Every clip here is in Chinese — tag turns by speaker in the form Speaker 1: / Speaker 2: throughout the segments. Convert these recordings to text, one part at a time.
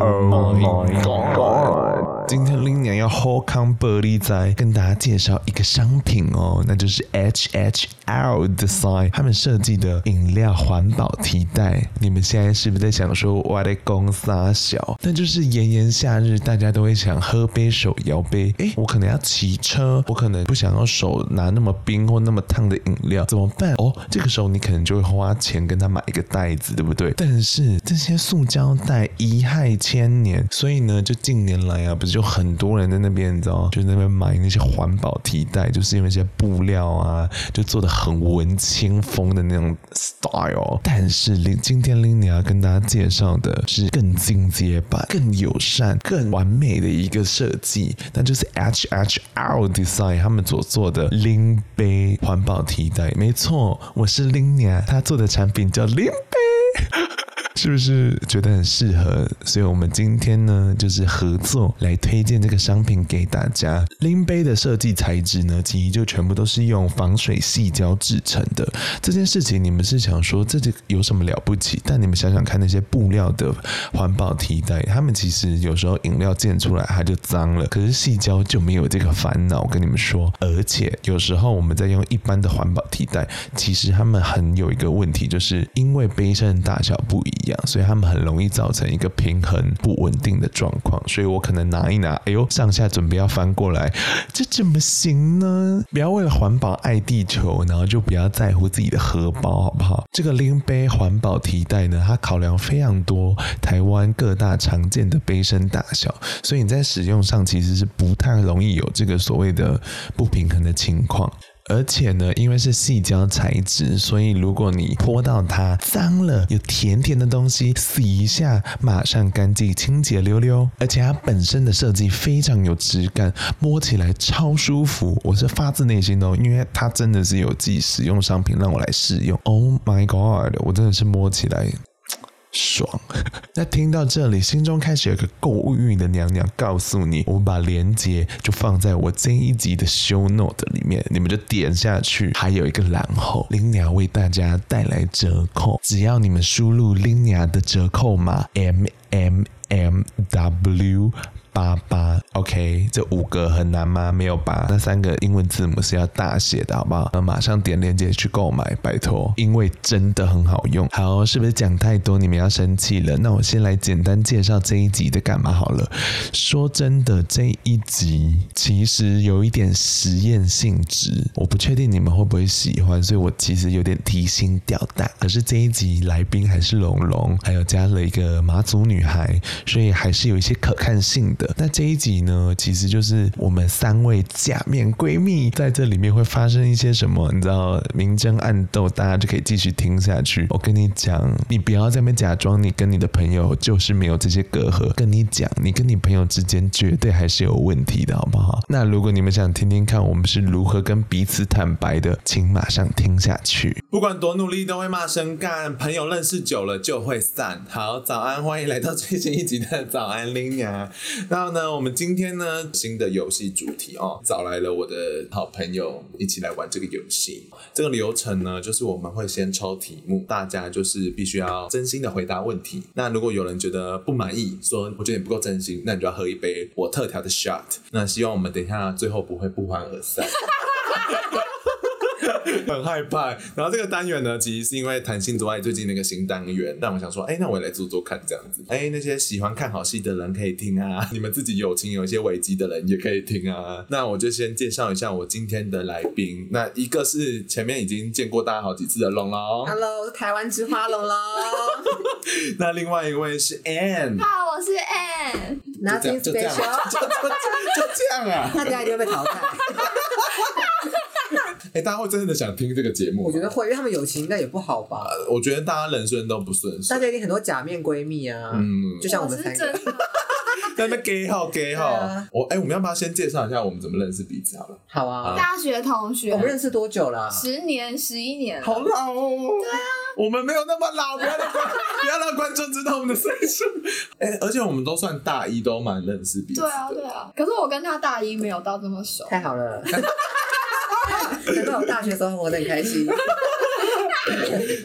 Speaker 1: Oh my god！今天 l i n a 要 Whole Con b e l y 在跟大家介绍一个商品哦，那就是 HHL Design 他们设计的饮料环保提袋。你们现在是不是在想说我的公司啊小？那就是炎炎夏日，大家都会想喝杯手摇杯。诶，我可能要骑车，我可能不想要手拿那么冰或那么烫的饮料，怎么办？哦，这个时候你可能就会花钱跟他买一个袋子，对不对？但是这些塑胶袋遗害千年，所以呢，就近年来啊，不是就很多人在那边，你知道，就在那边买那些环保提袋，就是因为一些布料啊，就做的很文青风的那种 style。但啊是林今天林尼要跟大家介绍的是更进阶版、更友善、更完美的一个设计，那就是 H H L Design 他们所做的拎杯环保提袋。没错，我是林尼，他做的产品叫拎杯。 是不是觉得很适合？所以我们今天呢，就是合作来推荐这个商品给大家。拎杯的设计材质呢，其实就全部都是用防水细胶制成的。这件事情你们是想说这就有什么了不起？但你们想想看，那些布料的环保提袋，他们其实有时候饮料溅出来它就脏了，可是细胶就没有这个烦恼。我跟你们说，而且有时候我们在用一般的环保提袋，其实他们很有一个问题，就是因为杯身大小不一。一样，所以他们很容易造成一个平衡不稳定的状况。所以我可能拿一拿，哎呦，上下准备要翻过来，这怎么行呢？不要为了环保爱地球，然后就不要在乎自己的荷包，好不好？这个拎杯环保提袋呢，它考量非常多台湾各大常见的杯身大小，所以你在使用上其实是不太容易有这个所谓的不平衡的情况。而且呢，因为是细胶材质，所以如果你泼到它脏了，有甜甜的东西洗一下，马上干净清洁溜溜。而且它本身的设计非常有质感，摸起来超舒服。我是发自内心的、哦，因为它真的是有自己使用商品让我来试用。Oh my god！我真的是摸起来。爽！ 那听到这里，心中开始有个购物欲的娘娘告诉你，我把链接就放在我这一集的 show note 里面，你们就点下去。还有一个然后，林鸟为大家带来折扣，只要你们输入林鸟的折扣码 M M M W。八八，OK，这五个很难吗？没有吧？那三个英文字母是要大写的，好不好？那马上点链接去购买，拜托，因为真的很好用。好，是不是讲太多？你们要生气了？那我先来简单介绍这一集的干嘛好了。说真的，这一集其实有一点实验性质，我不确定你们会不会喜欢，所以我其实有点提心吊胆。可是这一集来宾还是龙龙，还有加了一个马祖女孩，所以还是有一些可看性的。那这一集呢，其实就是我们三位假面闺蜜在这里面会发生一些什么，你知道明争暗斗，大家就可以继续听下去。我跟你讲，你不要在那边假装你跟你的朋友就是没有这些隔阂，跟你讲，你跟你朋友之间绝对还是有问题的，好不好？那如果你们想听听看我们是如何跟彼此坦白的，请马上听下去。
Speaker 2: 不管多努力都会骂声干，朋友认识久了就会散。好，早安，欢迎来到最新一集的早安林雅。那呢，我们今天呢新的游戏主题哦，找来了我的好朋友一起来玩这个游戏。这个流程呢，就是我们会先抽题目，大家就是必须要真心的回答问题。那如果有人觉得不满意，说我觉得你不够真心，那你就要喝一杯我特调的 shot。那希望我们等一下最后不会不欢而散。很害怕。然后这个单元呢，其实是因为谈性之外最近那个新单元，让我想说，哎、那我也来做做看这样子。哎、那些喜欢看好戏的人可以听啊， 你们自己友情有一些危机的人也可以听啊。那我就先介绍一下我今天的来宾，那一个是前面已经见过大家好几次的龙龙，
Speaker 3: Hello，我是台湾之 花龙龙。
Speaker 2: 那另外一位是 Ann，
Speaker 4: 好，我是
Speaker 2: 就
Speaker 4: Ann，
Speaker 2: 这
Speaker 3: Nothing
Speaker 2: 样，就这样，就
Speaker 3: special。
Speaker 2: 就就就这样啊！
Speaker 3: 那大家一定会被淘汰，
Speaker 2: 哎、大家会真的想听这个节目吗？
Speaker 3: 我觉得会，因为他们友情应该也不好吧？
Speaker 2: 呃，我觉得大家人生都不顺
Speaker 3: 大
Speaker 2: 遂，
Speaker 3: 家一定很多假面闺蜜啊，
Speaker 2: 嗯，
Speaker 3: 就像我
Speaker 4: 我
Speaker 3: 们
Speaker 4: 哦是
Speaker 3: 三
Speaker 4: 真
Speaker 3: 个。
Speaker 4: 的。
Speaker 2: 在那边 gay 号 gay 号
Speaker 3: 对啊，
Speaker 2: 我哎、我们要不要先介绍一下我们怎么认识彼此好了？
Speaker 3: 好啊，
Speaker 4: 大学同学
Speaker 3: 我，们认识多久了？
Speaker 4: 十年、十一年了，
Speaker 2: 好老哦！对啊，我们没有那么老，不要让 观不要让观众知道我们的岁数。哎、而且我们都算大一，都蛮认识彼此的。
Speaker 4: 对啊，对啊。可是我跟他大一没有到这么熟，
Speaker 3: 太好了，难怪我大学生活的很开心。
Speaker 4: 啊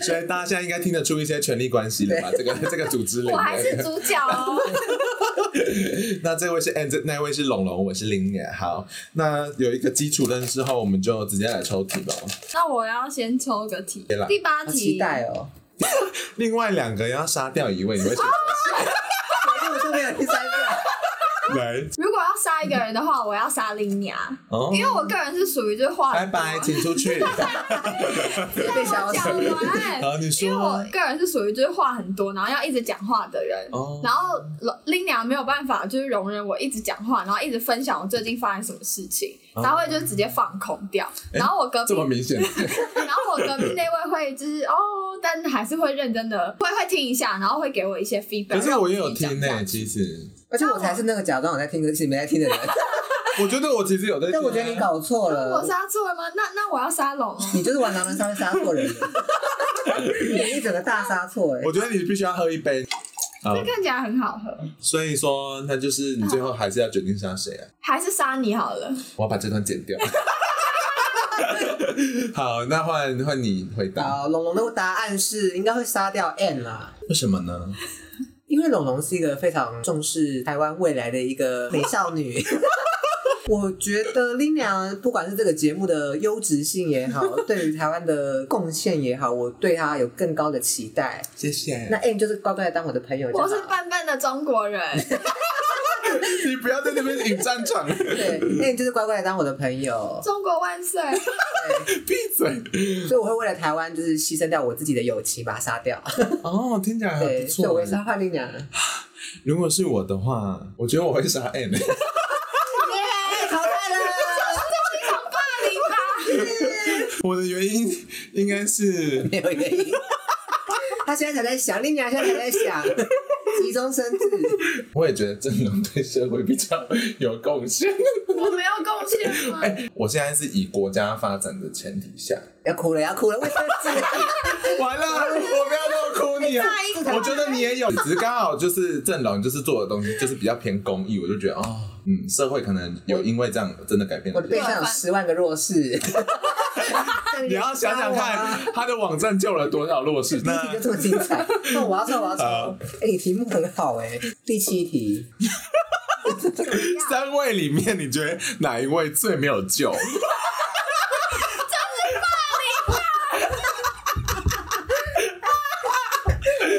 Speaker 2: 所以大家现在应该听得出一些权力关系了 吧？这个这个组织里
Speaker 4: 我还是
Speaker 2: 面，
Speaker 4: 主角 哦。
Speaker 2: 那这位是 N，这那位是龙龙，我是林野。好，那有一个基础认识后，我们就直接来抽题吧。
Speaker 4: 那我要先抽个题
Speaker 2: 别啦，
Speaker 4: 第八
Speaker 3: 好
Speaker 4: 题，
Speaker 3: 期待哦！
Speaker 2: 另外两个要杀掉一位，你会 选
Speaker 3: 我我就没有第三个，
Speaker 4: 哦
Speaker 2: 择谁？
Speaker 4: 如果要杀一个人的话，我要杀林雅，
Speaker 2: 哦
Speaker 4: 因为我个人是属于就是话
Speaker 2: 拜拜，请出 去。
Speaker 3: 被消
Speaker 4: 我
Speaker 3: 失
Speaker 4: 讲。完。
Speaker 2: 好，你
Speaker 4: 因为我
Speaker 2: 说。
Speaker 4: 个人是属于就是话很多，然后要一直讲话的人
Speaker 2: 哦
Speaker 4: 然后林娘没有办法就是容忍我一直讲话，然后一直分享我最近发生什么事情，
Speaker 2: 哦哎
Speaker 4: 然后会就直接放空掉。然后我隔壁
Speaker 2: 这么明 显，
Speaker 4: 然后我隔壁那位会就是哦，但还是会认真的，会会听一下，然后会给我一些 feedback 让自己讲。
Speaker 2: 可是我也有听欸
Speaker 4: 这
Speaker 2: 呢、
Speaker 4: 样
Speaker 2: 其实
Speaker 3: 而且我才是那个假装我在听，可是其实没在听 的人。
Speaker 2: 我觉得我其实有在听、
Speaker 3: 但我觉得你搞错
Speaker 4: 我
Speaker 3: 了，
Speaker 4: 杀错了吗？那那我要杀龙哦。
Speaker 3: 你就是玩狼人杀会杀错 人的，你一整个大杀错哎
Speaker 2: 我！觉得你必须要喝一杯。好，
Speaker 4: 这看起来很好喝，
Speaker 2: 所以说，那就是你最后还是要决定杀谁啊？
Speaker 4: 还是杀你好了。
Speaker 2: 我要把这段剪 掉。好，那换换你回答，
Speaker 3: 好，龙龙的答案是应该会杀掉 N 啦。
Speaker 2: 为什么呢？
Speaker 3: 因为龙龙是一个非常重视台湾未来的一个美少女。我觉得 l i n a 不管是这个节目的优质性也好，对于台湾的贡献也好，我对她有更高的期待。
Speaker 2: 谢
Speaker 3: 那
Speaker 2: 谢。
Speaker 3: M 就是乖乖的当我的朋友就好
Speaker 4: 我是
Speaker 2: 啊
Speaker 4: 笨笨的中国人，
Speaker 2: 你不要在那边引战场，
Speaker 3: 对，M 就是乖乖的当我的朋友，
Speaker 4: 中国 万岁！
Speaker 2: 闭嘴。
Speaker 3: 所以我会为了台湾就是牺牲掉我自己的友情，把她杀掉。
Speaker 2: 哦，听起来还
Speaker 3: 对，
Speaker 2: 不
Speaker 3: 所以我
Speaker 2: 错
Speaker 3: 会。杀坏 l i n
Speaker 2: 如果是我的话，我觉得我会杀 N。
Speaker 3: 哎，淘汰了，
Speaker 4: 霸凌吧，
Speaker 2: 我的原因应该是
Speaker 3: 没有原 因。他现在才在想 l i n a 现在才在想，急中生智。
Speaker 2: 我也觉得郑龙对社会比较有贡 献。哎
Speaker 4: 我没有贡献吗？
Speaker 2: 我现在是以国家发展的前提下，
Speaker 3: 要哭了，要哭了，卫生 纸。
Speaker 2: 完了，我不要那么哭你啊！
Speaker 3: 哎
Speaker 2: 我觉得你也有，只是刚好就是郑龙就是做的东西就是比较偏公益，我就觉得哦，嗯，社会可能有因为这样真的改变
Speaker 3: 我
Speaker 2: 了
Speaker 3: 的。背上有十万个弱 势。你
Speaker 2: 你要想想看，，他的网站救了多少弱势？
Speaker 3: 第一题就这么精彩，啊 那我要抽，我要抽
Speaker 2: 好。
Speaker 3: 哎，你题目很好哎。第七题，
Speaker 2: 三位里面，你觉得哪一位最没有救？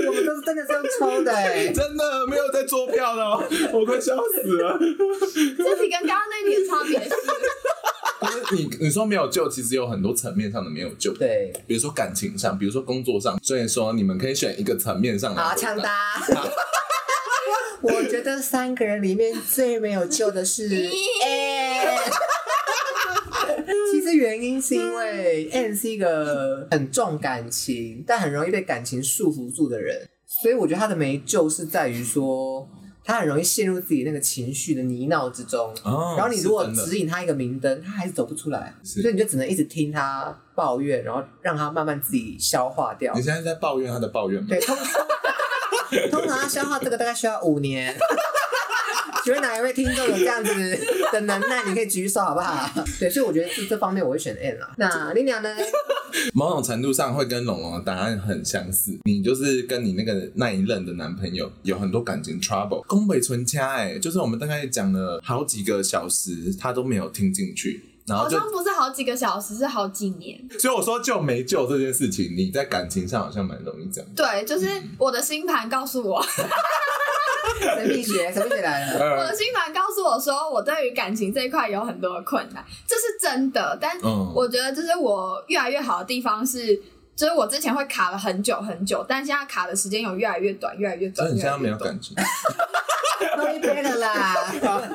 Speaker 3: 我们都是真的是用抽的 哎。
Speaker 2: 真的没有在做票的哦，我快笑死了。
Speaker 4: 这题跟刚刚那题的差别是，
Speaker 2: 就是你你说没有救，其实有很多层面上的没有救。。
Speaker 3: 对，
Speaker 2: 比如说感情上，比如说工作上，所以说你们可以选一个层面上来
Speaker 3: 好，
Speaker 2: 回答
Speaker 3: 抢答。 我觉得三个人里面最没有救的 是 N。其实原因是因为 N 是一个很重感情，但很容易被感情束缚住的人，所以我觉得他的没救是在于说。他很容易陷入自己那个情绪的泥淖之中，
Speaker 2: 哦
Speaker 3: 然后你如果
Speaker 2: 是真的
Speaker 3: 指引他一个明灯，他还是走不出来，
Speaker 2: 是
Speaker 3: 所以你就只能一直听他抱怨，然后让他慢慢自己消化掉
Speaker 2: 你。现在在抱怨他的抱怨吗？
Speaker 3: 对，通通通常要消耗这个大概需要五年。 请问哪一位听众有这样子的能耐？你可以举手好不好？对，所以我觉得这这方面我会选 N 啦。那林娘呢？
Speaker 2: 某种程度上会跟龙龙的答案很相似。你就是跟你那个那一任的男朋友有很多感情 trouble，宫北纯掐哎、就是我们大概讲了好几个小时，他都没有听进去。然后
Speaker 4: 好
Speaker 2: 就，
Speaker 4: 像不是好几个小时，是好几年。
Speaker 2: 所以我说救没救这件事情，你在感情上好像蛮容易这样。
Speaker 4: 对，就是
Speaker 2: 嗯
Speaker 4: 我的星盘告诉我，
Speaker 3: 神秘学，神秘学来 了。
Speaker 4: 我
Speaker 2: 呃
Speaker 4: 的，星盘告诉我说，我对于感情这一块有很多的困难，这是真的。但
Speaker 2: 嗯
Speaker 4: 我觉得，就是我越来越好的地方是。就是我之前会卡了很久很久，但现在卡的时间有越来越短，越来越
Speaker 2: 所
Speaker 4: 短。
Speaker 2: 以你现在没
Speaker 4: 越
Speaker 2: 有
Speaker 4: 来越短
Speaker 2: 感情，
Speaker 3: 喝一杯了啦。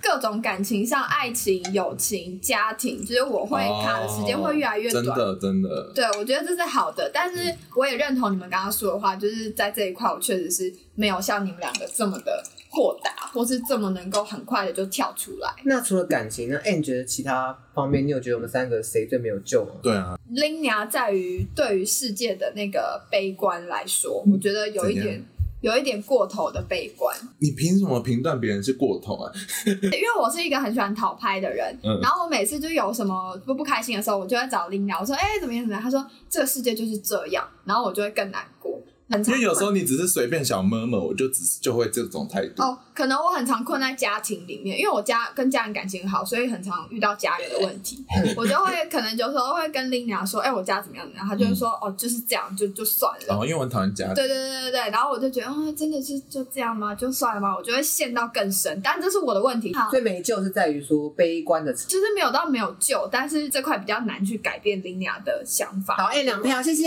Speaker 4: 各种感情上，爱情、友情、家庭，就是我会卡的时间会越来越
Speaker 2: 哦真
Speaker 4: 短。
Speaker 2: 的真的，
Speaker 4: 对，我觉得这是好的，但是
Speaker 2: 嗯
Speaker 4: 我也认同你们刚刚说的话，就是在这一块，我确实是没有像你们两个这么的豁达，或是这么能够很快的就跳出来。
Speaker 3: 那除了感情，那 N 觉得其他方面，你有觉得我们三个谁最没有救吗？
Speaker 2: 对啊，
Speaker 4: 林 i 在于对于世界的那个悲观来说，我觉得有
Speaker 2: 嗯
Speaker 4: 一
Speaker 2: 怎
Speaker 4: 点
Speaker 2: 样
Speaker 4: 有一点过头的悲观，
Speaker 2: 你凭什么评断别人是过头啊？
Speaker 4: 因为我是一个很喜欢讨拍的人，
Speaker 2: 嗯
Speaker 4: 然后我每次就有什么不不开心的时候，我就会找琳聊，我说哎、怎么样怎么样，他说这个世界就是这样，然后我就会更难过，很
Speaker 2: 因
Speaker 4: 常
Speaker 2: 为有时候
Speaker 4: 困
Speaker 2: 你只是随便小摸摸，我就只是就会这种态度。
Speaker 4: 哦，可能我很常困在家庭里面，因为我家跟家人感情很好，所以很常遇到家人的问题，
Speaker 2: 嗯
Speaker 4: 我就会可能有时候会跟琳聊说，哎、我家怎么样怎么样，他就会说、哦就是这样，就就算了。
Speaker 2: 嗯然后因为我很讨厌家
Speaker 4: 对对对对对，然后我就觉得，嗯，真的是就这样吗？就算了吧，我就会陷到更深，但这是我的问题。好
Speaker 3: 最没救是在于说悲观的程度。
Speaker 4: 就是没有到没有救，但是这块比较难去改变林雅的想
Speaker 3: 好
Speaker 4: 法。
Speaker 2: 哎
Speaker 3: ，N 两票，谢谢。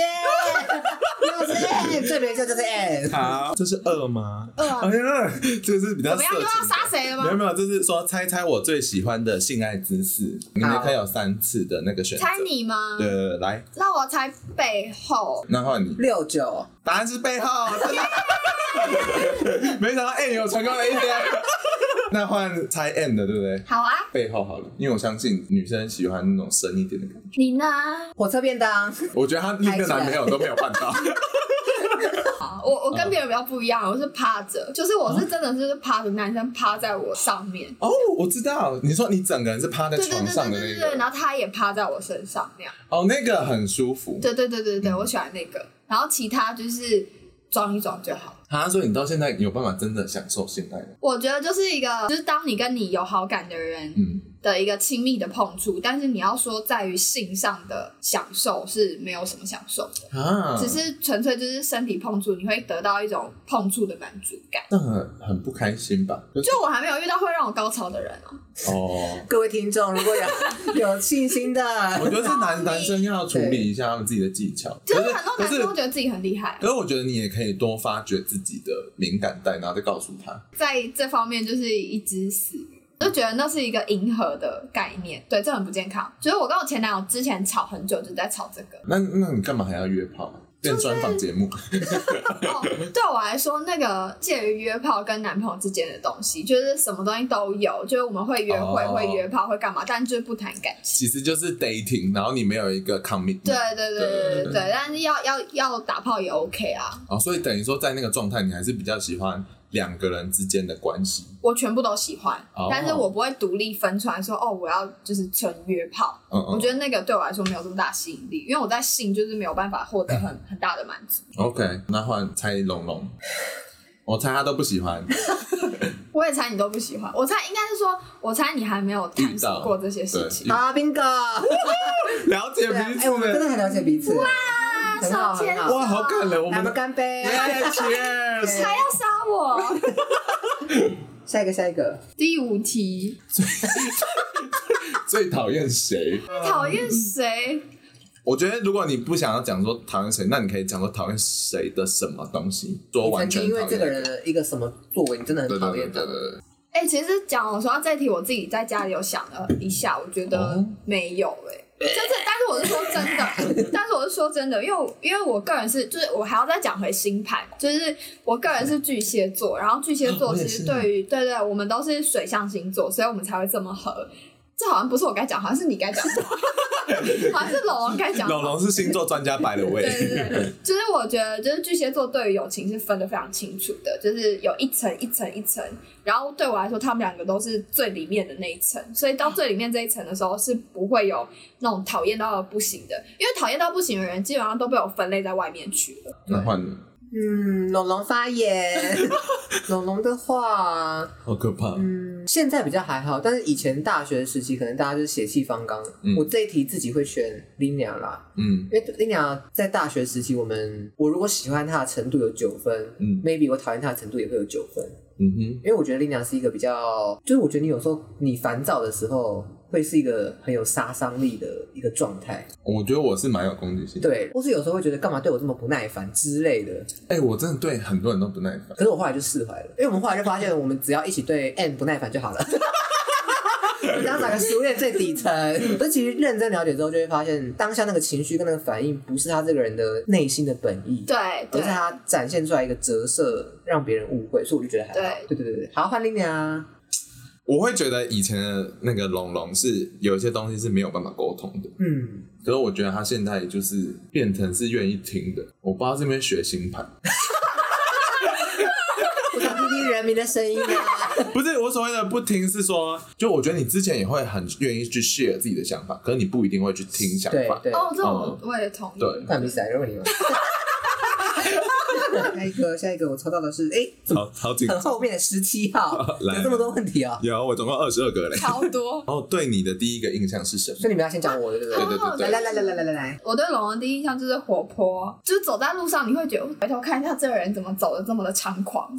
Speaker 3: 又是 N，最没救就是 N。
Speaker 2: 好，这是二吗？
Speaker 4: 饿啊
Speaker 2: 哎呀，这个是比较
Speaker 4: 怎
Speaker 2: 色情
Speaker 4: 么样又
Speaker 2: 的。
Speaker 4: 要杀谁了
Speaker 2: 没有
Speaker 4: 吗？
Speaker 2: 没有，就是说猜猜我最喜欢的性爱姿势，你们可以有三次的那个选择。
Speaker 4: 猜你吗？
Speaker 2: 对？对对，来，
Speaker 4: 那我猜背后，
Speaker 2: 那换你。
Speaker 3: 六九，
Speaker 2: 答案是背后，真的。 没想到 N 有成功了一点。那换猜 N 的，对不对？
Speaker 4: 好啊，
Speaker 2: 背后好了，因为我相信女生喜欢那种深一点的感觉。
Speaker 4: 你呢？
Speaker 3: 火车便当，
Speaker 2: 我觉得她另一个男朋友都没有办到。
Speaker 4: 好，啊我
Speaker 2: 嗯
Speaker 4: 我跟别人比较不一样，我是趴着，就是我是真的就是趴着，男生趴在我上面，
Speaker 2: 哦，我知道，你说你整个人是趴在
Speaker 4: 对对
Speaker 2: 床
Speaker 4: 对对
Speaker 2: 上
Speaker 4: 对
Speaker 2: 的
Speaker 4: 对
Speaker 2: 那
Speaker 4: 对，然
Speaker 2: 个，
Speaker 4: 后他也趴在我身上那样，
Speaker 2: 哦，那个很舒服。
Speaker 4: 对对对对对，
Speaker 2: 嗯
Speaker 4: 我喜欢那个，然后其他就是装一装就好。
Speaker 2: 他说你到现在有办法真的享受性爱吗？
Speaker 4: 我觉得就是一个，就是当你跟你有好感的人，
Speaker 2: 嗯，
Speaker 4: 的一个亲密的碰触，但是你要说在于性上的享受是没有什么享受的，
Speaker 2: 啊，
Speaker 4: 只是纯粹就是身体碰触，你会得到一种碰触的满足感。
Speaker 2: 那很很不开心吧？就是
Speaker 4: 就我还没有遇到会让我高潮的人啊，
Speaker 2: 哦，
Speaker 3: 各位听众，如果有有信心
Speaker 2: 我
Speaker 3: 的，
Speaker 2: 觉得是 男男生要处理一下他们自己的技巧，
Speaker 4: 就
Speaker 2: 可
Speaker 4: 是
Speaker 2: 是
Speaker 4: 很多
Speaker 2: 可
Speaker 4: 男
Speaker 2: 是
Speaker 4: 生都觉得自己很厉害啊，
Speaker 2: 可是我觉得你也可以多发掘自己的敏感带，然后再告诉他。
Speaker 4: 在这方面就是一只死鱼。就觉得那是一个迎合的概念，对，这很不健康。就是我跟我前男友之前吵很久，就在吵 这个。
Speaker 2: 那那你干嘛还要约炮？变专访节目？
Speaker 4: 哦，对我来说，那个介于约炮跟男朋友之间的东西，就是什么东西都有，就是我们会约会、
Speaker 2: 哦
Speaker 4: 会约炮、会干嘛，但就是不谈感
Speaker 2: 其
Speaker 4: 情。
Speaker 2: 实就是 dating，然后你没有一个 commit。
Speaker 4: 对对对对
Speaker 2: 对
Speaker 4: 对对，但是要要要打炮也 OK 啊，
Speaker 2: 哦，所以等于说在那个状态，你还是比较喜欢两个人之间的关系。
Speaker 4: 我全部都喜欢，
Speaker 2: 哦
Speaker 4: 但是我不会独立分出来说哦，我要就是纯约炮。
Speaker 2: 嗯嗯，
Speaker 4: 我觉得那个对我来说没有这么大吸引力，因为我在性就是没有办法获得很
Speaker 2: 嗯
Speaker 4: 很大的满足。
Speaker 2: OK，那换猜龙龙，我猜他都不喜欢。
Speaker 4: 我也猜你都不喜欢，我猜应该是说，我猜你还没有探
Speaker 2: 遇
Speaker 4: 索
Speaker 2: 到
Speaker 4: 过这些事
Speaker 2: 对
Speaker 4: 情。
Speaker 3: 好，bingo。啊
Speaker 2: 了解
Speaker 3: 对啊
Speaker 2: 彼，
Speaker 3: 哎，我们真
Speaker 2: 此。
Speaker 3: 的很了解彼此。哇，很好，
Speaker 4: 手牵
Speaker 3: 很好。
Speaker 4: 手
Speaker 2: 哇，好感人！我
Speaker 3: 来，我
Speaker 2: 们
Speaker 3: 们干杯。
Speaker 2: Cheers！
Speaker 4: 还要杀我！
Speaker 3: 下一个，下一个。
Speaker 4: 第五题，
Speaker 2: 最讨厌谁？
Speaker 4: 讨厌谁？
Speaker 2: 我觉得如果你不想要讲说讨厌谁，那你可以讲说讨厌谁的什么东西，说
Speaker 3: 曾
Speaker 2: 完
Speaker 3: 经
Speaker 2: 全
Speaker 3: 因为
Speaker 2: 讨
Speaker 3: 这个人
Speaker 2: 厌。
Speaker 3: 的一个什么作为，你真的
Speaker 2: 对对
Speaker 3: 很讨
Speaker 2: 对
Speaker 3: 厌
Speaker 2: 对对
Speaker 3: 他。
Speaker 2: 对，
Speaker 4: 哎、其实讲我说到这题，我自己在家里有想了一下，我觉得
Speaker 2: 哦
Speaker 4: 没有哎、就是，但是我是说真的，但是我是说真的，因为我因为我个人是，就是我还要再讲回星盘，就是我个人是巨蟹座，然后巨蟹
Speaker 2: 啊
Speaker 4: 座
Speaker 2: 我也
Speaker 4: 其
Speaker 2: 是
Speaker 4: 实对于对对，我们都是水象星座，所以我们才会这么合。这好像不是我该讲，好像是你该讲的， 好像是龙龙该讲的。
Speaker 2: 龙龙是星座专家摆的位。
Speaker 4: 对对对，就是我觉得，就是巨蟹座对于友情是分得非常清楚的，就是有一层一层一层，然后对我来说，他们两个都是最里面的那一层，所以到最里面这一层的时候，是不会有那种讨厌到不行的，因为讨厌到不行的人，基本上都被我分类在外面去了。
Speaker 2: 那换你，
Speaker 3: 嗯，龙龙发言。龙龙的话，
Speaker 2: 好可怕。
Speaker 3: 嗯，现在比较还好，但是以前大学时期，可能大家就是血气方刚。
Speaker 2: 嗯
Speaker 3: 我这一题自己会选 Lina 啦，
Speaker 2: 嗯
Speaker 3: 因为 Lina 在大学时期，我们我如果喜欢她的程度有九分，
Speaker 2: 嗯
Speaker 3: m a y b e 我讨厌她的程度也会有九分，
Speaker 2: 嗯哼，
Speaker 3: 因为我觉得 Lina 是一个比较，就是我觉得你有时候你烦躁的时候，会是一个很有杀伤力的一个状态，
Speaker 2: 我觉得我是蛮有攻击性。，
Speaker 3: 对，或是有时候会觉得干嘛对我这么不耐烦之类的，
Speaker 2: 哎，我真的对很多人都不耐烦。
Speaker 3: 可是我后来就释怀了，因为我们后来就发现，我们只要一起对 N 不耐烦就好了。只要找个熟练最底层，可是其实认真了解之后，就会发现当下那个情绪跟那个反应，不是他这个人的内心的本意，
Speaker 4: 对
Speaker 3: 而
Speaker 4: 对
Speaker 3: 是他展现出来一个折射，让别人误会，所以我就觉得还好。对对对对，好，换啊丽娘，
Speaker 2: 我会觉得以前的那个龙龙是有一些东西是没有办法沟通的，
Speaker 3: 嗯，
Speaker 2: 可是我觉得他现在就是变成是愿意听的。我不知道是因为学星盘，
Speaker 3: 人民的声音啊。
Speaker 2: 不是我所谓的不听，是说，就我觉得你之前也会很愿意去 share 自己的想法，可是你不一定会去听想
Speaker 3: 对
Speaker 2: 法。
Speaker 3: 对，
Speaker 4: 哦，这我我也同意。
Speaker 2: 对
Speaker 3: 看比赛，如果你有。 下一个，下一个，我抽到的是，哎、怎么哦
Speaker 2: 好好紧
Speaker 3: 很
Speaker 2: 张。，
Speaker 3: 后面的十七号有
Speaker 2: 来
Speaker 3: 这么多问题啊、
Speaker 2: 有，我总共二十二个嘞。
Speaker 4: 超多。
Speaker 2: 然后对你的第一个印象是什么？
Speaker 3: 所以你们要先讲我的，对不
Speaker 2: 对对
Speaker 3: 对？
Speaker 2: 对
Speaker 3: 来
Speaker 2: 对，
Speaker 3: 来来来来来来来，
Speaker 4: 我对龙的第一印象就是活泼，就是走在路上你会觉得哎回头看一下这个人怎么走的这么的猖狂，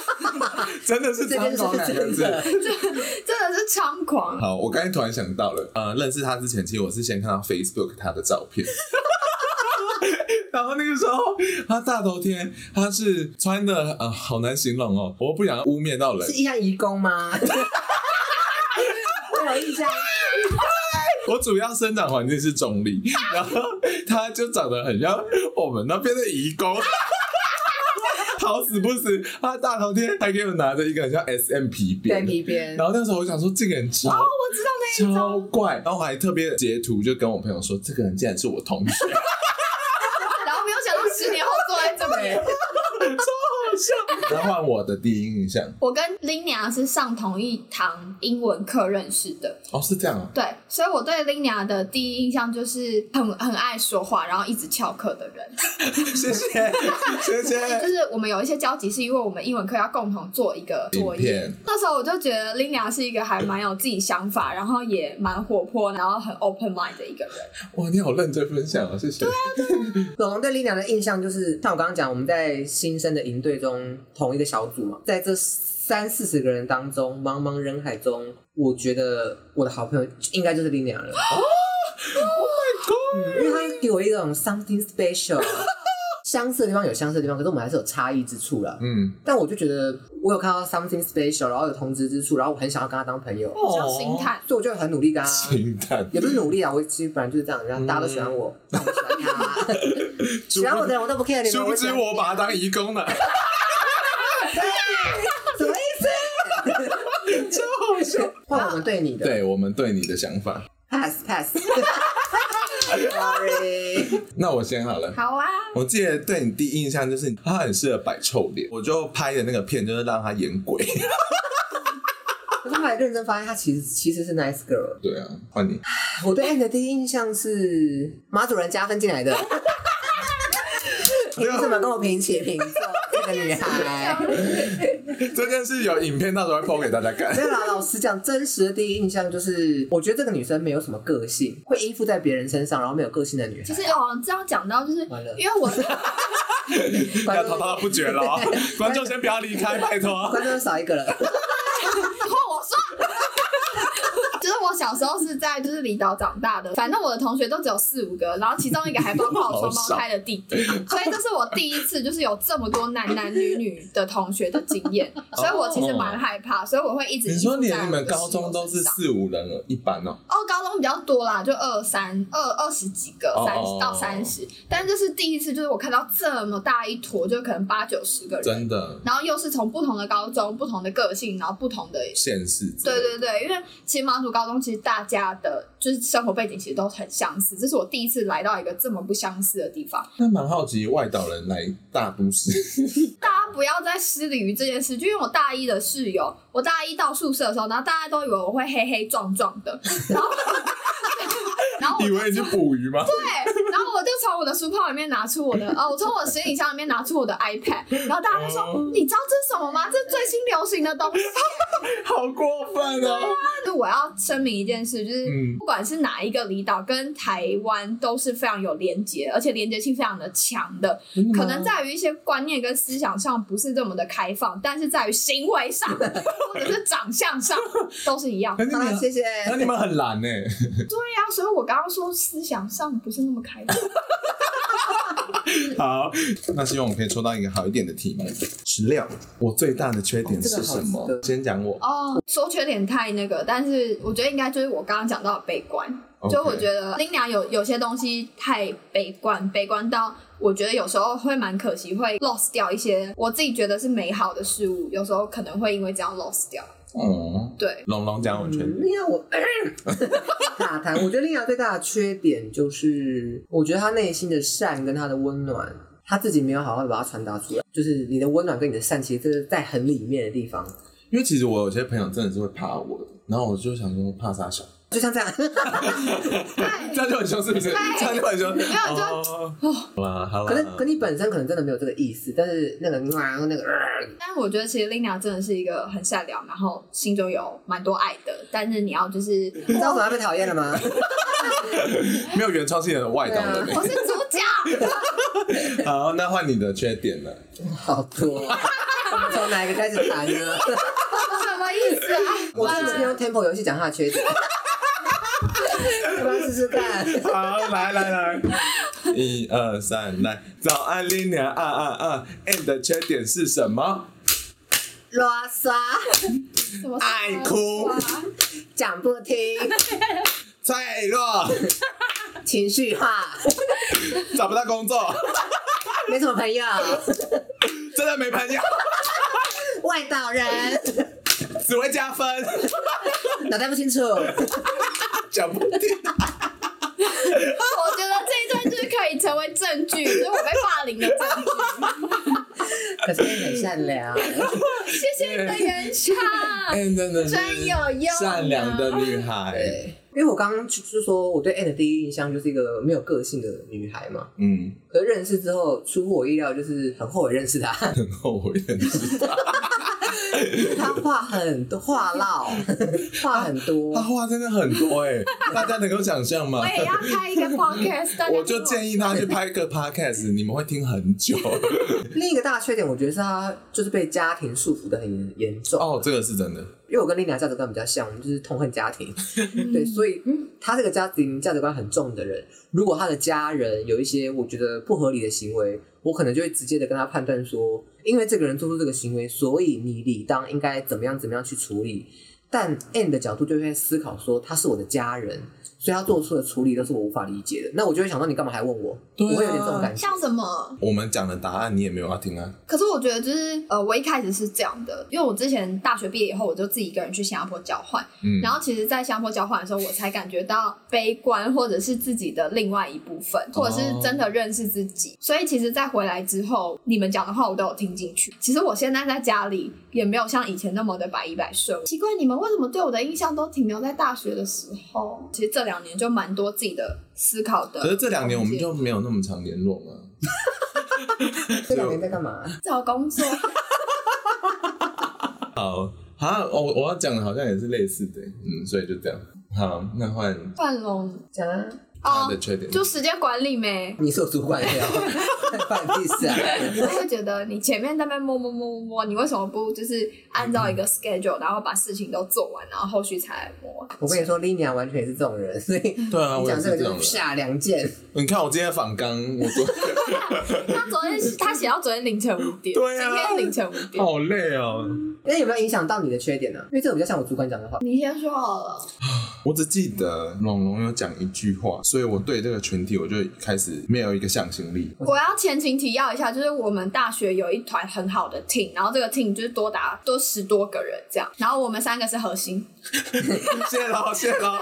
Speaker 2: 真的是
Speaker 3: 这
Speaker 2: 张
Speaker 3: 件
Speaker 2: 口两个
Speaker 3: 是真
Speaker 2: 字。
Speaker 3: 的，
Speaker 4: 真的是猖狂。哦
Speaker 2: 好，我刚才突然想到了，呃，认识他之前，其实我是先看到 Facebook 他的照片， 然后那个时候他大头贴，他是穿的呃，好难形容哦，我不想污蔑到 人
Speaker 3: 是，印象移工吗？ 我有印象，
Speaker 2: 我主要生长环境是中立，然后他就长得很像我们那边的移工。好死不死，他大头贴还给我拿着一个很像 S M 皮
Speaker 3: 对
Speaker 2: 鞭，
Speaker 3: 皮鞭
Speaker 2: 然，后那时候我想说，这个人超、
Speaker 4: 我知道那一
Speaker 2: 超
Speaker 4: 招，
Speaker 2: 怪，然后我还特别截图就跟我朋友说，这个人竟然是我同学，
Speaker 4: 然后没有想到十年后坐在这边。
Speaker 2: 然后换我的第一印象
Speaker 4: 我跟 Lina 是上同一堂英文课认识的，
Speaker 2: 哦，是这样啊，
Speaker 4: 对，所以我对 Lina 的第一印象就是很很爱说话，然后一直翘课的人。
Speaker 2: 谢谢谢
Speaker 4: 就
Speaker 2: 谢。
Speaker 4: 是我们有一些交集，是因为我们英文课要共同做一个作
Speaker 2: 影
Speaker 4: 业
Speaker 2: 片。
Speaker 4: 那时候我就觉得 Lina 是一个还蛮有自己想法，然后也蛮活泼，然后很 open mind 的一个人。
Speaker 2: 哇，你好认真分享啊，谢谢。
Speaker 3: 龙龙对丽娘的印象就是，像我刚刚讲，我们在新生的营队中同一个小组嘛，在这三四十个人当中，茫茫人海中，我觉得我的好朋友应该就是丽娘了。哦、Oh 因为她给我一种 something special，相似的地方有相似的地方，可是我们还是有差异之处啦。
Speaker 2: 嗯，
Speaker 3: 但我就觉得我有看到 something special，然后有同质之处，然后我很想要跟她当朋友，
Speaker 4: 像星探，
Speaker 3: 所以我就很努力跟她。
Speaker 2: 清淡，
Speaker 3: 也不是努力啊，我其实本来就是这样，然后大家都喜欢我，那我喜欢他，喜欢我的人我都不 care 你
Speaker 2: 殊
Speaker 3: 们，
Speaker 2: 不
Speaker 3: 我喜
Speaker 2: 知
Speaker 3: 欢
Speaker 2: 我把他当义工了，
Speaker 3: 什么意思？
Speaker 2: 超好笑。
Speaker 3: 换我们对你的
Speaker 2: 对我们对你的想法，
Speaker 3: pass pass。Sorry，
Speaker 2: 那我先好了。
Speaker 4: 好啊，
Speaker 2: 我记得对你第一印象就是他很适合摆臭脸，我就拍的那个片就是让他演 鬼。
Speaker 3: 可是后来认真发现，他其实其实是 nice girl。
Speaker 2: 对啊，换你。
Speaker 3: 我对 Anne 的第一印象是马主任加分进 来的，你
Speaker 2: 啊
Speaker 3: 凭什么跟我平起平坐？这个女孩，
Speaker 2: 这件事有影片到时候会 PO 给大家看
Speaker 3: 没。有啦。老实讲，真实的第一印象就是，我觉得这个女生没有什么个性，会依附在别人身上，然后没有个性的女孩。
Speaker 4: 其实哦，这样讲到就是
Speaker 3: 完了
Speaker 4: 因为我
Speaker 2: 要滔滔不绝了哦，观众先不要离开，拜托。
Speaker 3: 观众少 一个了。
Speaker 4: 我说。 就是我小时候是在就是离岛长大的，反正我的同学都只有四五个，然后其中一个还包括我
Speaker 2: 好
Speaker 4: 双
Speaker 2: 少
Speaker 4: 胞胎的弟 弟，所以这是我第一次就是有这么多男男女女的同学的经 验，所以我其实蛮害怕，所以我会一直
Speaker 2: 你说
Speaker 4: 依附在
Speaker 2: 连你
Speaker 4: 我的
Speaker 2: 们高中都
Speaker 4: 室
Speaker 2: 是
Speaker 4: 友身上
Speaker 2: 四五人了，一般哦。
Speaker 4: 哦，高中比较多啦，就二三二二十几个
Speaker 2: 哦，
Speaker 4: 三
Speaker 2: 哦
Speaker 4: 十到三十，但这是第一次，就是我看到这么大一坨，就可能八九十个人，
Speaker 2: 真的
Speaker 4: 然后又是从不同的高中、不同的个性，然后不同的
Speaker 2: 现实。
Speaker 4: 对，对对，因为其实马祖高中其实大家的就是生活背景其实都很相似，这是我第一次来到一个这么不相似的地方。
Speaker 2: 那蛮好奇外岛人来大都市，
Speaker 4: 大家不要再失礼于这件事，就因为我大一的室友，我大一到宿舍的时候，然后大家都以为我会黑黑壮壮的，然后 然哦后我
Speaker 2: 以
Speaker 4: 就
Speaker 2: 为你去捕鱼吗？
Speaker 4: 对，然后我就从我的书包里面拿出我的，呃，我从我的行李箱里面拿出我的 iPad，然后大家就说
Speaker 2: 哦：“
Speaker 4: 你知道这是什么吗？这是最新流行的东西。”
Speaker 2: 好过分哦！
Speaker 4: 就我要声明一件事，就是
Speaker 2: 嗯
Speaker 4: 不管是哪一个离岛跟台湾都是非常有连结，而且连结性非常的强的。
Speaker 2: 真的吗
Speaker 4: 可能在于一些观念跟思想上不是这么的开放，但是在于行 为上或者是长相上都是一样。
Speaker 2: 那你
Speaker 3: 好啦，
Speaker 2: 们
Speaker 3: 谢谢。
Speaker 2: 那你们很懒呢，
Speaker 4: 对呀、所以我刚刚说思想上不是那么开放。嗯
Speaker 2: 好，那希望我们可以抽到一个好一点的题目。十六，我最大的缺点是什么
Speaker 3: 哦这个好值？得
Speaker 2: 先讲我，
Speaker 4: 哦，说缺点太那个，但是我觉得应该就是我刚刚讲到的悲观
Speaker 2: OK
Speaker 4: 就我觉得林娘有有些东西太悲观，悲观到我觉得有时候会蛮可惜，会 lost 掉一些我自己觉得是美好的事物，有时候可能会因为这样 lost 掉。
Speaker 2: 嗯，
Speaker 4: 对，
Speaker 2: 龙龙讲我缺点，
Speaker 3: 嗯，因为我 卡痰，我觉得丽雅最大的缺点就是，我觉得她内心的善跟她的温暖他自己没有好好的把它传达出来，就是你的温暖跟你的善，其实这是在很里面的地方。
Speaker 2: 因为其实我有些朋友真的是会怕我的，然后我就想说怕啥小，
Speaker 3: 就像这样，
Speaker 4: 对
Speaker 2: 这样就很凶是不是？
Speaker 4: 对
Speaker 2: 这样就很凶，没哦
Speaker 4: 哎有就哦
Speaker 2: 好啦好啦，
Speaker 3: 可是可你本身可能真的没有这个意思，但是那个然后那个、呃
Speaker 4: 但我觉得其实 Lina 真的是一个很善良，然后心中有蛮多爱的，但是你 要就是
Speaker 3: 你知道为什么被讨厌了吗？
Speaker 2: 没有原创性的外道的
Speaker 4: 我是主角，
Speaker 2: 好，那换你的缺点了。
Speaker 3: 好多，啊我们从哪一个开始谈呢？
Speaker 4: 什么意思啊？
Speaker 3: 我是先用 Temple 游戏讲他的缺点， 要不要试试看？
Speaker 2: 好，来来来，一二三，来，早安 l i n 啊啊啊，and 的缺点是什么？
Speaker 3: 啰嗦，
Speaker 4: 什么啊
Speaker 2: 爱哭
Speaker 4: 哇
Speaker 3: 讲不听，
Speaker 2: 脆弱，
Speaker 3: 情绪 化，
Speaker 2: 找不到工作，
Speaker 3: 没什么 朋友，
Speaker 2: 真的没朋友，
Speaker 3: 外道 人，
Speaker 2: 只会加分，
Speaker 3: 脑袋不清楚，
Speaker 2: 讲不定。
Speaker 4: 我觉得这一段就是可以成为证据，就是我被霸凌的证据。
Speaker 3: 可是你很善良。
Speaker 4: 谢谢你的原 唱。
Speaker 2: and 真的是
Speaker 4: 真有用啊
Speaker 2: 善良的女孩，
Speaker 3: 对，因为我刚刚就是说我对 Anne 的第一印象就是一个没有个性的女孩嘛，
Speaker 2: 嗯，
Speaker 3: 可是认识之后出乎我意料，就是很后悔认识她，
Speaker 2: 很后悔认识她，
Speaker 3: 她话很多，话 唠，话很
Speaker 2: 她
Speaker 3: 多。
Speaker 2: 啊话真的很多 哎、大家能够想象吗
Speaker 4: 我？也要开一个 podcast，大家
Speaker 2: 我就建议她去拍个 podcast，你们会听很 久。
Speaker 3: 另一个大缺点，我觉得是她就是被家庭束缚的很严严重。
Speaker 2: 哦，这个是真的，
Speaker 3: 因为我跟丽娜价值观比较像，我们就是痛恨家庭， 对，所以她这个家庭价值观很重的人，如果她的家人有一些我觉得不合理的行为，我可能就会直接的跟她判断说，因为这个人做出这个行为，所以你理当应该怎么样怎么样去处理。但 N 的角度就会思考说，他是我的家人，所以他做出的处理都是我无法理解的。那我就会想到你干嘛还问我？
Speaker 2: 对啊
Speaker 3: 我会有点这种感觉。
Speaker 4: 像什么？
Speaker 2: 我们讲的答案你也没有要听啊。
Speaker 4: 可是我觉得就是呃，我一开始是这样的，因为我之前大学毕业以后，我就自己一个人去新加坡交换，
Speaker 2: 嗯，
Speaker 4: 然后其实，在新加坡交换的时候，我才感觉到悲观，或者是自己的另外一部分，或者是
Speaker 2: 哦
Speaker 4: 真的认识自己。所以其实，在回来之后，你们讲的话我都有听进去。其实我现在在家里也没有像以前那么的百依百顺。奇怪，你们为什么对我的印象都停留在大学的时候？其实这两年就蛮多自己的思考的。
Speaker 2: 可是这两年我们就没有那么常联络嘛。
Speaker 3: 这两年在干嘛？
Speaker 4: 找工作，
Speaker 2: 好，好，我我要讲的好像也是类似的，嗯，所以就这样。好，那换
Speaker 4: 范龙
Speaker 3: 讲啊，
Speaker 2: 他
Speaker 4: 哦
Speaker 2: 的，缺点，
Speaker 4: 就时间管理没。
Speaker 3: 你是我主管了， 关你屁事啊！
Speaker 4: 我会觉得你前面在那边摸摸摸摸摸，你为什么不就是按照一个 schedule，然后把事情都做完，然后后续才来摸？
Speaker 3: 我跟你说 l i n a 完全也是这种人，所以
Speaker 2: 对啊，我
Speaker 3: 你
Speaker 2: 也
Speaker 3: 讲
Speaker 2: 是
Speaker 3: 这个
Speaker 2: 这
Speaker 3: 就
Speaker 2: 种
Speaker 3: 是
Speaker 2: 人。
Speaker 3: 下两件，
Speaker 2: 你看我今天反刚，我昨
Speaker 4: 他昨天他写到昨天凌晨五点，
Speaker 2: 对啊
Speaker 4: 今天凌晨五 点。
Speaker 2: 好累哦，
Speaker 3: 那有没有影响到你的缺点呢、因为这个比较像我主管讲的话，
Speaker 4: 你先说好了，
Speaker 2: 我只记得龙龙有讲一句话，所以我对这个群体我就开始没有一个向心力。
Speaker 4: 我要前情提要一下，就是我们大学有一团很好的 team，然后这个 team 就是多达多十多个人这样，然后我们三个是核心，
Speaker 2: 谢喽，谢喽。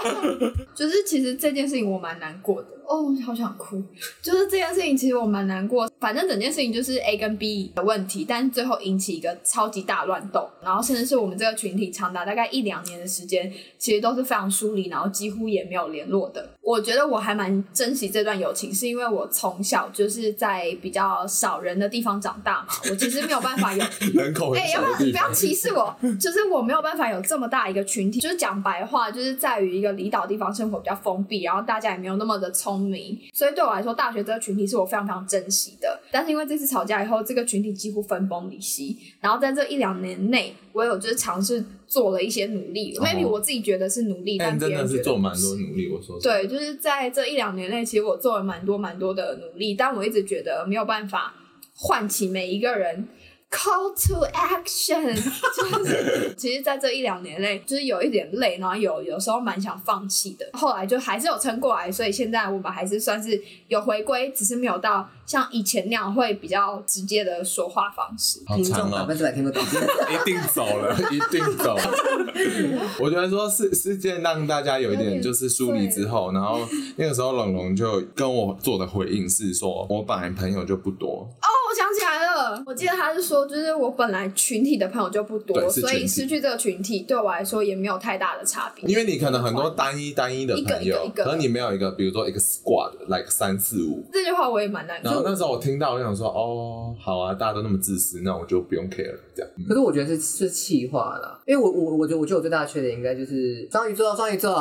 Speaker 4: 就是其实这件事情我蛮难过的哦，好想哭。就是这件事情其实我蛮难过，反正整件事情就是 A 跟 B 的问题，但是最后引起一个超级大乱斗，然后甚至是我们这个群体长达大概一两年的时间，其实都是非常疏离，然后几乎也没有联络的。我觉得我还蛮珍惜这段友情，是因为我从小就是在比较少人的地方长大嘛，我其实没有办法有
Speaker 2: 人口很
Speaker 4: 哎、要
Speaker 2: 少的
Speaker 4: 不要
Speaker 2: 地
Speaker 4: 不
Speaker 2: 方
Speaker 4: 要，歧视我？ 就是我没有办法有这么大一个群体。就是讲白话，就是在于一个离岛地方生活比较封闭，然后大家也没有那么的聪明，所以对我来说，大学这个群体是我非常非常珍惜的。但是因为这次吵架以后，这个群体几乎分崩离析。然后在这一两年内，我有就是尝试做了一些努力、
Speaker 2: 哦
Speaker 4: m a y b e 我自己觉得是努力，
Speaker 2: 但
Speaker 4: 但别
Speaker 2: 哎真的
Speaker 4: 人觉
Speaker 2: 是
Speaker 4: 得
Speaker 2: 做蛮
Speaker 4: 不是
Speaker 2: 多努力，我说实话
Speaker 4: 对，就是在这一两年内，其实我做了蛮多蛮多的努力，但我一直觉得没有办法唤起每一个人。 call to action，就是其实，在这一两年内，就是有一点累，然后有有时候蛮想放弃的。后来就还是有撑过来，所以现在我们还是算是有回归，只是没有到像以前那样会比较直接的说话方式。
Speaker 2: 好
Speaker 3: 听
Speaker 2: 长
Speaker 3: 众百
Speaker 2: 哦
Speaker 3: 分，之百听不 懂。
Speaker 2: 一定走了，一定走了。 我觉得说事事件让大家有一点就是梳理之后，然后那个时候龙龙就跟我做的回应是说，我本来朋友就不多，
Speaker 4: 我想起来了，我记得他是说，就是我本来群体的朋友就不
Speaker 2: 对
Speaker 4: 多，
Speaker 2: 是
Speaker 4: 所
Speaker 2: 群体
Speaker 4: 以失去这个群体对我来说也没有太大的差别。
Speaker 2: 因为你可能很多单一单一的朋友
Speaker 4: 一个一个一，个
Speaker 2: 可能你没有一个，比如说一个 squad，like 三四五。
Speaker 4: 这句话我也蛮难
Speaker 2: 然后
Speaker 4: 过
Speaker 2: 那时候我听到，我想说，哦，好啊，大家都那么自私，那我就不用 care 了，这样。
Speaker 3: 可是我觉得是是气话啦，因为我我我觉得我觉得我最大的缺点应该就是双鱼座，双 鱼座，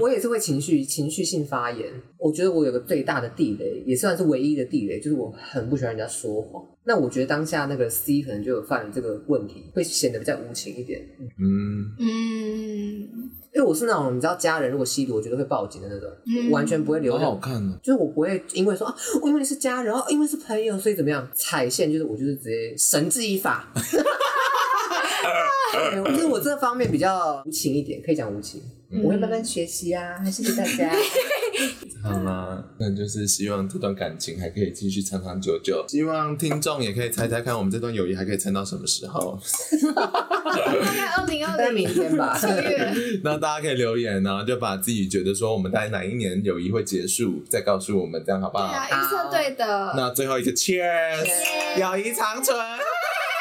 Speaker 3: 我也是会情绪情绪性发言。我觉得我有个最大的地雷，也算是唯一的地雷，就是我很不喜欢人家说谎。那我觉得当下那个 C 可能就有犯了这个问题，会显得比较无情一点。
Speaker 2: 嗯，
Speaker 4: 嗯，
Speaker 3: 因为我是那种你知道，家人如果吸毒，我觉得会报警的那种，
Speaker 4: 嗯
Speaker 3: 完全不会留
Speaker 2: 好
Speaker 3: 那
Speaker 2: 好
Speaker 3: 种。
Speaker 2: 看哦。
Speaker 3: 就是我不会因为说啊，我因为是家人，然后因为是朋友，所以怎么样踩线，就是我就是直接绳之以法。对我觉得我这方面比较无情一点，可以讲无情。我会慢慢学习啊，还谢谢大家。
Speaker 2: 好啦，那就是希望这段感情还可以继续长长久久。希望听众也可以猜猜看，我们这段友谊还可以撑到什么时候？
Speaker 4: 大概二零
Speaker 3: 大
Speaker 4: 二
Speaker 3: 概
Speaker 4: 零
Speaker 3: 明天吧。
Speaker 4: 二月，
Speaker 2: 那大家可以留言，然后就把自己觉得说我们在哪一年友谊会结束，再告诉我们，这样好不
Speaker 4: 对
Speaker 2: 好？
Speaker 4: 啊，预测对的，
Speaker 2: 那最后一个 Cheers，友谊长存。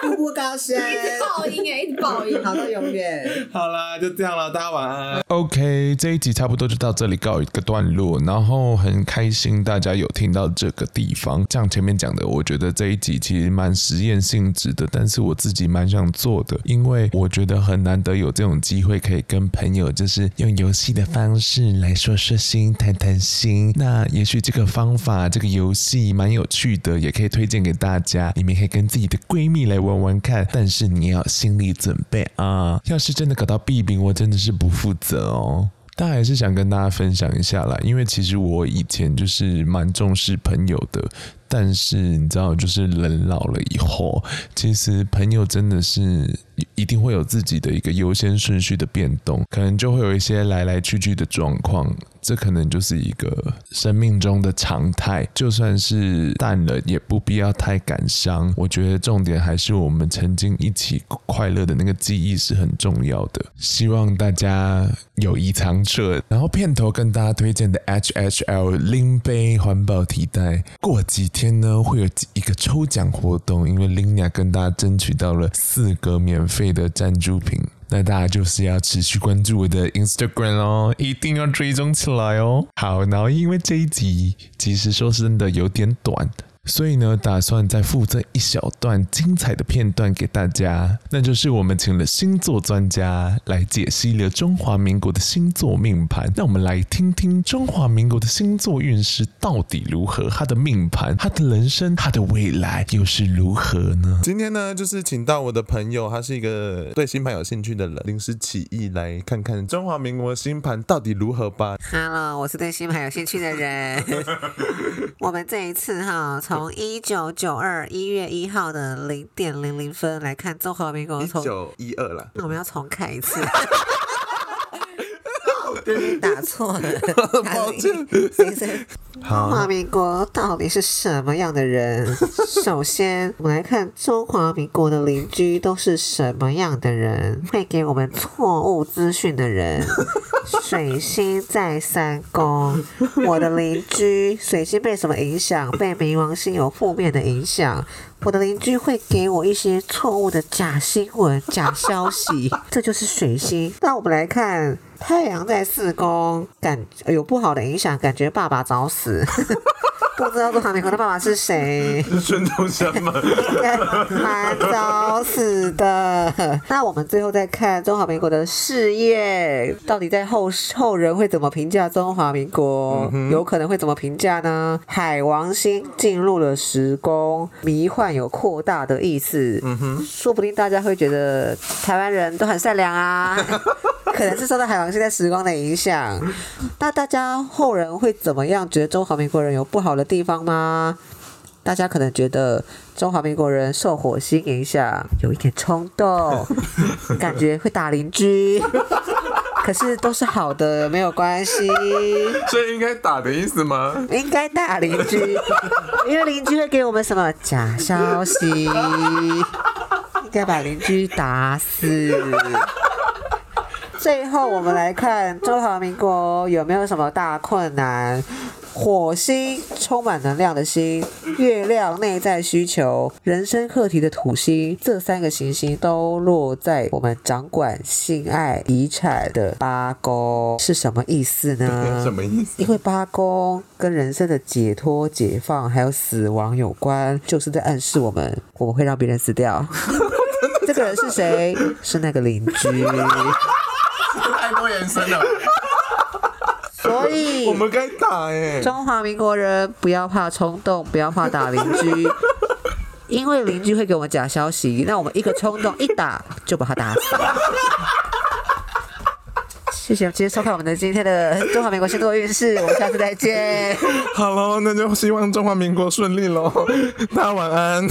Speaker 3: 步步高升，
Speaker 4: 爆音哎，一直爆音。
Speaker 3: 好到永远。
Speaker 2: 好啦，就这样了，大家晚安。
Speaker 1: OK，这一集差不多就到这里告一个段落，然后很开心大家有听到这个地方。像前面讲的，我觉得这一集其实蛮实验性质的，但是我自己蛮想做的，因为我觉得很难得有这种机会可以跟朋友，就是用游戏的方式来说说心、谈谈心。那也许这个方法、这个游戏蛮有趣的，也可以推荐给大家，你们可以跟自己的闺蜜来玩玩看，但是你要有心理准备啊，要是真的搞到弊病，我真的是不负责哦。但还是想跟大家分享一下啦，因为其实我以前就是蛮重视朋友的，但是你知道，就是人老了以后，其实朋友真的是一定会有自己的一个优先顺序的变动，可能就会有一些来来去去的状况。这可能就是一个生命中的常态，就算是淡了，也不必要太感伤。我觉得重点还是我们曾经一起快乐的那个记忆是很重要的。希望大家友谊长存。然后片头跟大家推荐的 HHL 拎杯环保提袋，过几天呢会有一个抽奖活动，因为 Lina 跟大家争取到了四个免费的赞助品。那大家就是要持续关注我的 Instagram 哦，一定要追踪起来哦。好，然后因为这一集其实说真的有点短，所以呢，打算再附赠一小段精彩的片段给大家，那就是我们请了星座专家来解析了中华民国的星座命盘。那我们来听听中华民国的星座运势到底如何，他的命盘、他的人生、他的未来又是如何呢？
Speaker 2: 今天呢，就是请到我的朋友，他是一个对星盘有兴趣的人，临时起意来看看中华民国星盘到底如何吧。
Speaker 5: Hello，我是对星盘有兴趣的 人。我们这一次哈，从一九九二一月一号的零点零零分来看综合民国从，
Speaker 2: 九一二啦，
Speaker 5: 那我们要重看 一次。打错了，抱歉，先生。中华民国到底是什么样 的人？首先，我们来看中华民国的邻居都是什么样的人，会给我们错误资讯的人。水星在三宫，我的邻居水星被什么影响？被冥王星有负面的影响。我的邻居会给我一些错误的假新闻、假消息，这就是水星。那我们来看太阳在四宫，感有不好的影响，感觉爸爸早死。 不知道中华民国的爸爸是谁，
Speaker 2: 是孙中山吗？
Speaker 5: 蛮早死的。那我们最后再看中华民国的事业，到底在后后人会怎么评价中华民国？有可能会怎么评价呢？海王星进入了十宫，迷幻有扩大的意思。嗯哼，说不定大家会觉得台湾人都很善良啊。 可能是受到海王星在时光的影响，那大家后人会怎么样？觉得中华民国人有不好的地方吗？大家可能觉得中华民国人受火星影响，有一点冲动，感觉会打邻居， 可是都是好的，没有关系。
Speaker 6: 所以应该打的意思吗？
Speaker 5: 应该打邻居，因为邻居会给我们什么假消息，应该把邻居打死。最后，我们来看中华民国有没有什么大困难。火星充满能量的星，月亮内在需求，人生课题的土星，这三个行星都落在我们掌管性爱遗产的八宫，是什么意思呢？
Speaker 6: 什么意思？
Speaker 5: 因为八宫跟人生的解脱、解放，还有死亡有关，就是在暗示我们，我们会让别人死 掉。这个人是谁？是那个邻居。
Speaker 6: 太多延伸了，
Speaker 5: 所以，
Speaker 6: 我们该打哎、
Speaker 5: 中华民国人不要怕冲动，不要怕打邻 居，因为邻居会给我们假消息，那我们一个冲动一打就把他打死。谢谢今天收看我们的今天的中华民国星座运势，我们下次再见。
Speaker 6: 好喽，那就希望中华民国顺利喽，大家晚安。